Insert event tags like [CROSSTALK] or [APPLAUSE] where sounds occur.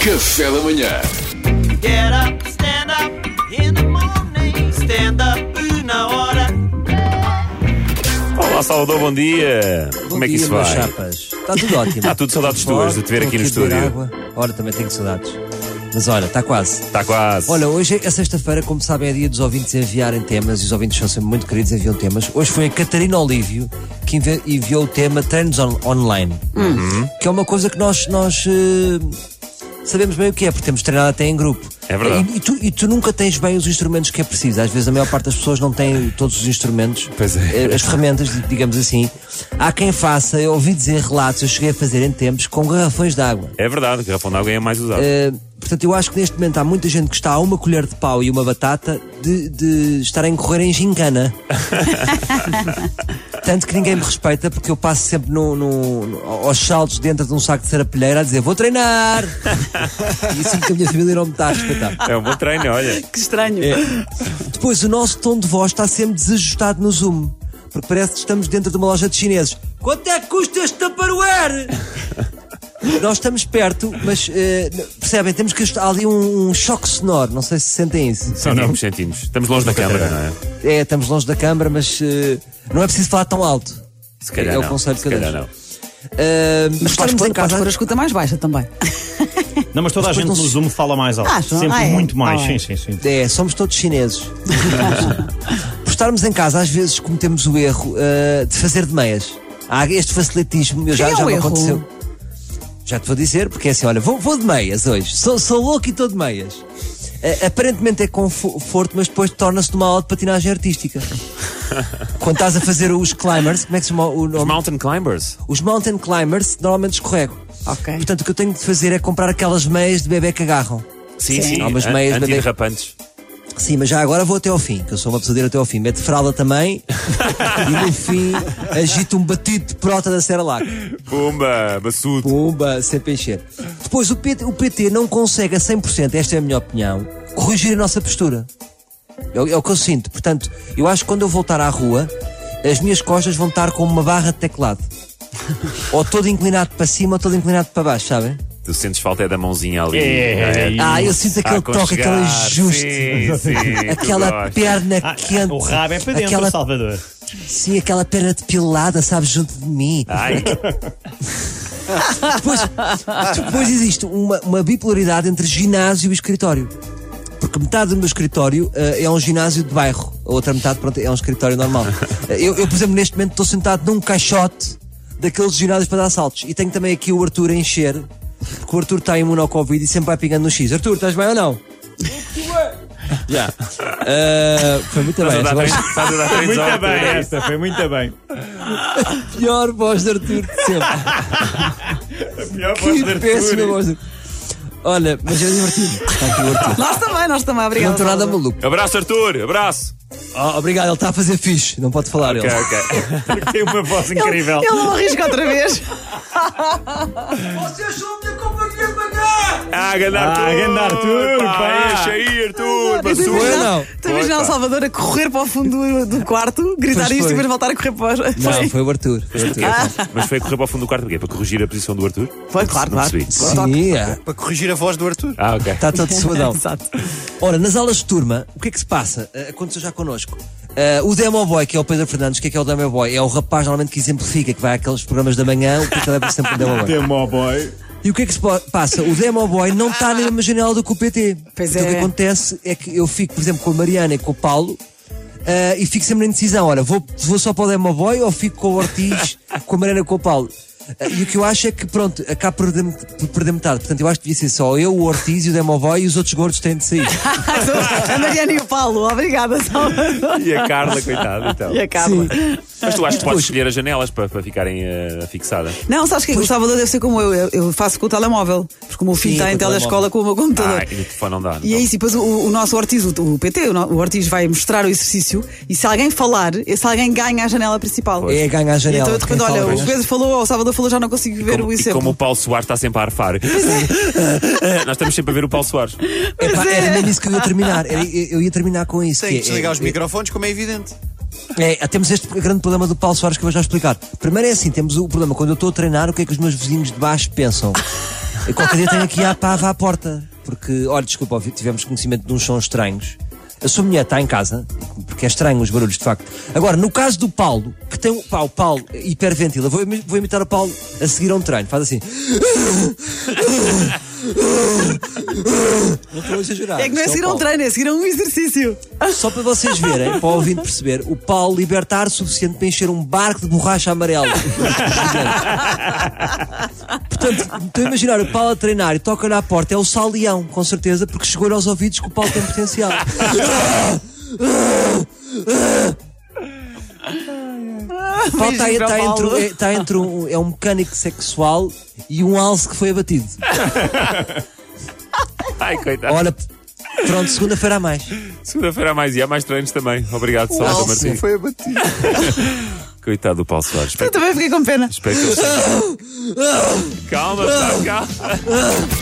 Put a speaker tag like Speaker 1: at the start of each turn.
Speaker 1: Café da manhã.
Speaker 2: Get up, stand up in the morning. Stand up na hora.
Speaker 3: Olá, Salvador, bom dia. Como é que isso
Speaker 4: Bom
Speaker 3: vai?
Speaker 4: dia, meus chapas. Está
Speaker 3: [LAUGHS]
Speaker 4: tudo ótimo.
Speaker 3: Está tudo saudades
Speaker 4: Estou
Speaker 3: tuas de te ver
Speaker 4: estou
Speaker 3: aqui no
Speaker 4: a beber
Speaker 3: estúdio.
Speaker 4: água. Ora, também tenho saudades. Mas olha, está quase.
Speaker 3: Está Tá quase.
Speaker 4: Olha, hoje é sexta-feira, como sabem, é dia dos ouvintes enviarem temas e os ouvintes são sempre muito queridos, enviam temas. Hoje foi a Catarina Olívio que envi- enviou o tema treinos on- online,
Speaker 3: Uhum.
Speaker 4: que é uma coisa que nós, nós eh, sabemos bem o que é, porque temos treinado até em grupo.
Speaker 3: É verdade.
Speaker 4: E, e tu, e tu nunca tens bem os instrumentos que é preciso. Às vezes a maior parte das pessoas não tem todos os instrumentos,
Speaker 3: Pois é.
Speaker 4: eh, as ferramentas, di- digamos assim. Há quem faça, eu ouvi dizer relatos, eu cheguei a fazer em tempos com garrafões de água.
Speaker 3: É verdade, garrafão de água é a mais usado.
Speaker 4: Uh, portanto, eu acho que neste momento há muita gente que está a uma colher de pau e uma batata de, de estar a incorrer em gincana. Tanto que ninguém me respeita porque eu passo sempre no, no- no- aos saltos dentro de um saco de serapilheira a dizer vou treinar. e assim que a minha família não me está a respeitar.
Speaker 3: É um bom treino, olha.
Speaker 4: [LAUGHS]
Speaker 5: Que estranho.
Speaker 2: É.
Speaker 4: Depois, o nosso tom de voz está sempre desajustado no Zoom. Porque parece que estamos dentro de uma loja de chineses. Quanto é que custa este Tupperware? [LAUGHS] Nós estamos perto, mas eh, n- percebem, temos que ajustar- há ali um, um choque sonoro, não sei se sentem isso.
Speaker 3: Sentimos, sentimos. Estamos longe da câmara, não é?
Speaker 4: É, estamos longe da câmara, mas eh, não é preciso falar tão alto.
Speaker 3: Se calhar
Speaker 4: é o
Speaker 3: não.
Speaker 4: conselho
Speaker 3: Se
Speaker 4: que eu
Speaker 3: calhar
Speaker 4: dou.
Speaker 3: não.
Speaker 4: Eh,
Speaker 5: Mas podes
Speaker 4: estarmos
Speaker 5: pôr,
Speaker 4: em
Speaker 5: podes
Speaker 4: casa.
Speaker 5: pôr a escuta mais baixa também.
Speaker 6: Não, mas toda a gente
Speaker 4: não
Speaker 6: no
Speaker 4: se-
Speaker 6: Zoom fala mais alto.
Speaker 5: Ah, só-
Speaker 6: Sempre
Speaker 5: ah, é?
Speaker 6: muito mais.
Speaker 5: Ah, é.
Speaker 6: sim, sim, sim.
Speaker 4: É, somos todos
Speaker 5: [LAUGHS]
Speaker 4: chineses. Por estarmos em casa, às vezes cometemos o erro eh, de fazer de meias. Há este facilitismo, eu já,
Speaker 5: é
Speaker 4: já
Speaker 5: o
Speaker 4: me
Speaker 5: erro?
Speaker 4: aconteceu. Já te vou dizer, porque é assim, olha, vou, vou de meias hoje. Sou, sou louco e estou de meias. Eh, aparentemente é conforto, mas depois torna-se numa aula de patinagem
Speaker 5: [LAUGHS]
Speaker 4: artística. Quando estás a fazer os climbers, como é que se chama o
Speaker 3: Os
Speaker 4: nome?
Speaker 3: mountain climbers.
Speaker 4: Os mountain climbers, normalmente escorrego.
Speaker 5: Ok.
Speaker 4: Portanto, o que eu tenho de fazer é comprar aquelas meias de bebê que agarram.
Speaker 3: Sim, sim.
Speaker 4: Há umas
Speaker 3: An-
Speaker 4: meias de bebê.
Speaker 3: Antiderrapantes.
Speaker 4: Sim, mas já agora vou até ao fim, que eu sou uma pessoa de ir até ao fim. Mete fralda também e
Speaker 6: [LAUGHS]
Speaker 4: no fim agito um batido de prota da Cerelac.
Speaker 3: Pumba, baçudo.
Speaker 4: Pumba, sempre a encher. Depois, o PT, o PT não consegue a 100%, esta é a minha opinião, corrigir a nossa postura. É, o- é o que eu sinto. Portanto, eu acho que quando eu voltar à rua, as minhas costas vão estar como uma barra de
Speaker 6: [LAUGHS]
Speaker 4: teclado. ou todo inclinado para cima ou todo inclinado para baixo, sabem?
Speaker 3: Tu sentes falta é da mãozinha ali.
Speaker 6: É,
Speaker 3: não
Speaker 4: Ah, eu sinto aquele
Speaker 3: A
Speaker 4: toque, aquele
Speaker 3: aconchegar.
Speaker 4: ajuste.
Speaker 3: Sim,
Speaker 4: [LAUGHS]
Speaker 3: sim. tu
Speaker 4: Aquela
Speaker 3: gostas.
Speaker 4: perna
Speaker 6: Ah,
Speaker 4: quente.
Speaker 6: o rabo é para dentro,
Speaker 4: aquela
Speaker 6: Salvador.
Speaker 4: Sim, aquela perna depilada, sabes, junto de mim.
Speaker 3: Ai, tá
Speaker 4: Depois, depois existe uma, uma bipolaridade entre ginásio e escritório. Porque metade do meu escritório eh, é um ginásio de bairro, a outra metade pronto, é um escritório normal. Eh, eu, eu, por exemplo, neste momento estou sentado num caixote daqueles ginásios para dar saltos. E tenho também aqui o Arthur a encher, porque o Arthur está imune ao Covid e sempre vai pingando no X. Arthur, estás bem ou não? Já. Eh, foi muito bem.
Speaker 3: estás a dar
Speaker 4: Agora-
Speaker 3: três- estás a dar três
Speaker 6: Muito bem,
Speaker 3: horas.
Speaker 6: esta foi muito bem.
Speaker 4: pior voz de Arthur de sempre.
Speaker 6: Melhor voz de
Speaker 4: que
Speaker 6: Arthur.
Speaker 4: péssima voz de Olha, mas é divertido. Está aqui o Arthur.
Speaker 5: Nós também, nós também,
Speaker 4: Não
Speaker 5: obrigado.
Speaker 4: estou nada maluco.
Speaker 3: Abraço, Arthur, abraço.
Speaker 4: Oh, obrigado, ele está a fazer fixe. Não pode falar
Speaker 3: Ok,
Speaker 4: ele.
Speaker 3: ok.
Speaker 4: [LAUGHS]
Speaker 6: Tem uma voz incrível.
Speaker 5: Ele não arrisca outra vez.
Speaker 3: Ah, grande
Speaker 6: Ah,
Speaker 3: Arthur!
Speaker 6: grande Arthur, pá.
Speaker 3: Deixa aí, Arthur!
Speaker 5: Tu
Speaker 3: baçudo.
Speaker 4: Foi,
Speaker 5: imaginas-
Speaker 4: não?
Speaker 5: tu imaginas o Salvador a correr para o fundo do, do quarto, gritar
Speaker 4: Pois
Speaker 5: isto
Speaker 4: foi.
Speaker 5: e depois voltar a correr para os.
Speaker 4: Não, foi o Arthur. Foi o Arthur.
Speaker 3: Mas foi a correr para o fundo do quarto, porque Para corrigir a posição do Arthur?
Speaker 5: Ah. Foi, claro,
Speaker 3: Não
Speaker 5: claro. Tá.
Speaker 3: percebi.
Speaker 4: Sim, é.
Speaker 7: Para corrigir a voz do Arthur.
Speaker 3: Ah, ok.
Speaker 4: está todo suadão.
Speaker 5: [LAUGHS] Exato.
Speaker 4: Ora, nas aulas de turma, o que é que se passa? Eh, Aconteceu já connosco. Eh, o Demo Boy, que é o Pedro Fernandes, o que é que é o Demo Boy? É o rapaz normalmente que exemplifica, que vai àqueles programas da manhã, o que leva sempre o Demo
Speaker 6: [LAUGHS]
Speaker 4: Boy.
Speaker 6: Demo um boy.
Speaker 4: E o que é que se po- passa? O Demo Boy não está na mesma janela do que o PT.
Speaker 5: Pois
Speaker 4: Então, O que
Speaker 5: é.
Speaker 4: acontece é que eu fico, por exemplo, com a Mariana e com o Paulo ah, e fico sempre na indecisão. Ora, vou, vou só para o Demo Boy ou fico com o
Speaker 5: [LAUGHS]
Speaker 4: Ortiz, com a Mariana e com o Paulo? Ah, e o que eu acho é que, pronto, acabo por perder, met- por perder metade. Portanto, eu acho que devia ser só eu, o Ortiz e o Demo Boy e os outros gordos têm de sair.
Speaker 5: a Mariana e o Paulo, obrigada, Salvador.
Speaker 3: E a Carla, coitada, então.
Speaker 5: E a Carla.
Speaker 3: Mas tu acho que podes escolher as janelas para, para ficarem eh, fixadas.
Speaker 5: Não, sabes que o Salvador deve ser como eu, eu, eu faço com o telemóvel, porque o meu filho
Speaker 4: Sim,
Speaker 5: está em
Speaker 4: com o telemóvel.
Speaker 5: telescola com o meu computador.
Speaker 3: Ah, e no telefone não dá.
Speaker 5: Tá E é isso, e depois o, o nosso Ortiz, o, o PT, o, no- o Ortiz vai mostrar o exercício e se alguém falar, se alguém ganha a janela principal.
Speaker 4: É a ganha a
Speaker 5: E
Speaker 4: janela.
Speaker 5: então de repente,
Speaker 4: Quem
Speaker 5: olha,
Speaker 4: fala
Speaker 5: o
Speaker 4: ganha.
Speaker 5: Pedro falou, ou o Salvador falou, já não consigo ver
Speaker 3: como,
Speaker 5: o é
Speaker 3: e
Speaker 5: exemplo.
Speaker 3: como o Paulo Soares está sempre a arfar.
Speaker 5: é.
Speaker 3: [LAUGHS] Nós estamos sempre a ver o Paulo Soares.
Speaker 4: Epá,
Speaker 5: [LAUGHS] Pois é.
Speaker 4: era mesmo isso que eu ia terminar. Era- eu eu ia terminar com isso.
Speaker 7: Tem
Speaker 4: que
Speaker 7: que
Speaker 4: é-
Speaker 7: desligar
Speaker 4: é-
Speaker 7: os microfones, como é evidente.
Speaker 4: É, temos este grande problema do Paulo Soares que eu vou já explicar. Primeiro é assim, temos o problema, quando eu estou a treinar, o que é que os meus vizinhos de baixo pensam? Eu qualquer dia tenho aqui a pava à porta. Porque, olha, desculpa, ouvi- tivemos conhecimento de uns sons estranhos. A sua mulher está em casa, porque é estranho os barulhos, de facto. Agora, no caso do Paulo, que tem um. Pá, o Paulo hiperventila. Vou, imi- vou imitar o Paulo a seguir a um treino. Faz assim. Não estou a exagerar.
Speaker 5: É que não é
Speaker 4: isto o
Speaker 5: seguir a um
Speaker 4: Paulo.
Speaker 5: treino, é seguir a um exercício.
Speaker 4: Só para vocês verem, para o ouvinte perceber, o Paulo libertar suficiente para encher um barco de borracha amarela. Portanto, estou a imaginar o Paulo a treinar e toca-lhe à porta, é o Salião, com certeza, porque chegou-lhe aos ouvidos que o Paulo tem potencial. O Paulo está,
Speaker 5: Beijinho para
Speaker 4: está
Speaker 5: o
Speaker 4: entre,
Speaker 5: Paulo.
Speaker 4: é, está entre um, é um mecânico sexual e um alce que foi abatido.
Speaker 3: Ai, coitado.
Speaker 4: Ora, pronto, segunda-feira a mais.
Speaker 3: Segunda-feira há mais e há mais treinos também. Obrigado, Salvador
Speaker 4: Alce.
Speaker 3: Martins.
Speaker 7: Foi abatido.
Speaker 3: [LAUGHS] Coitado do Paulo Soares.
Speaker 5: Eu também fiquei com pena.
Speaker 3: Espero que ele se- Calma, pá, calma.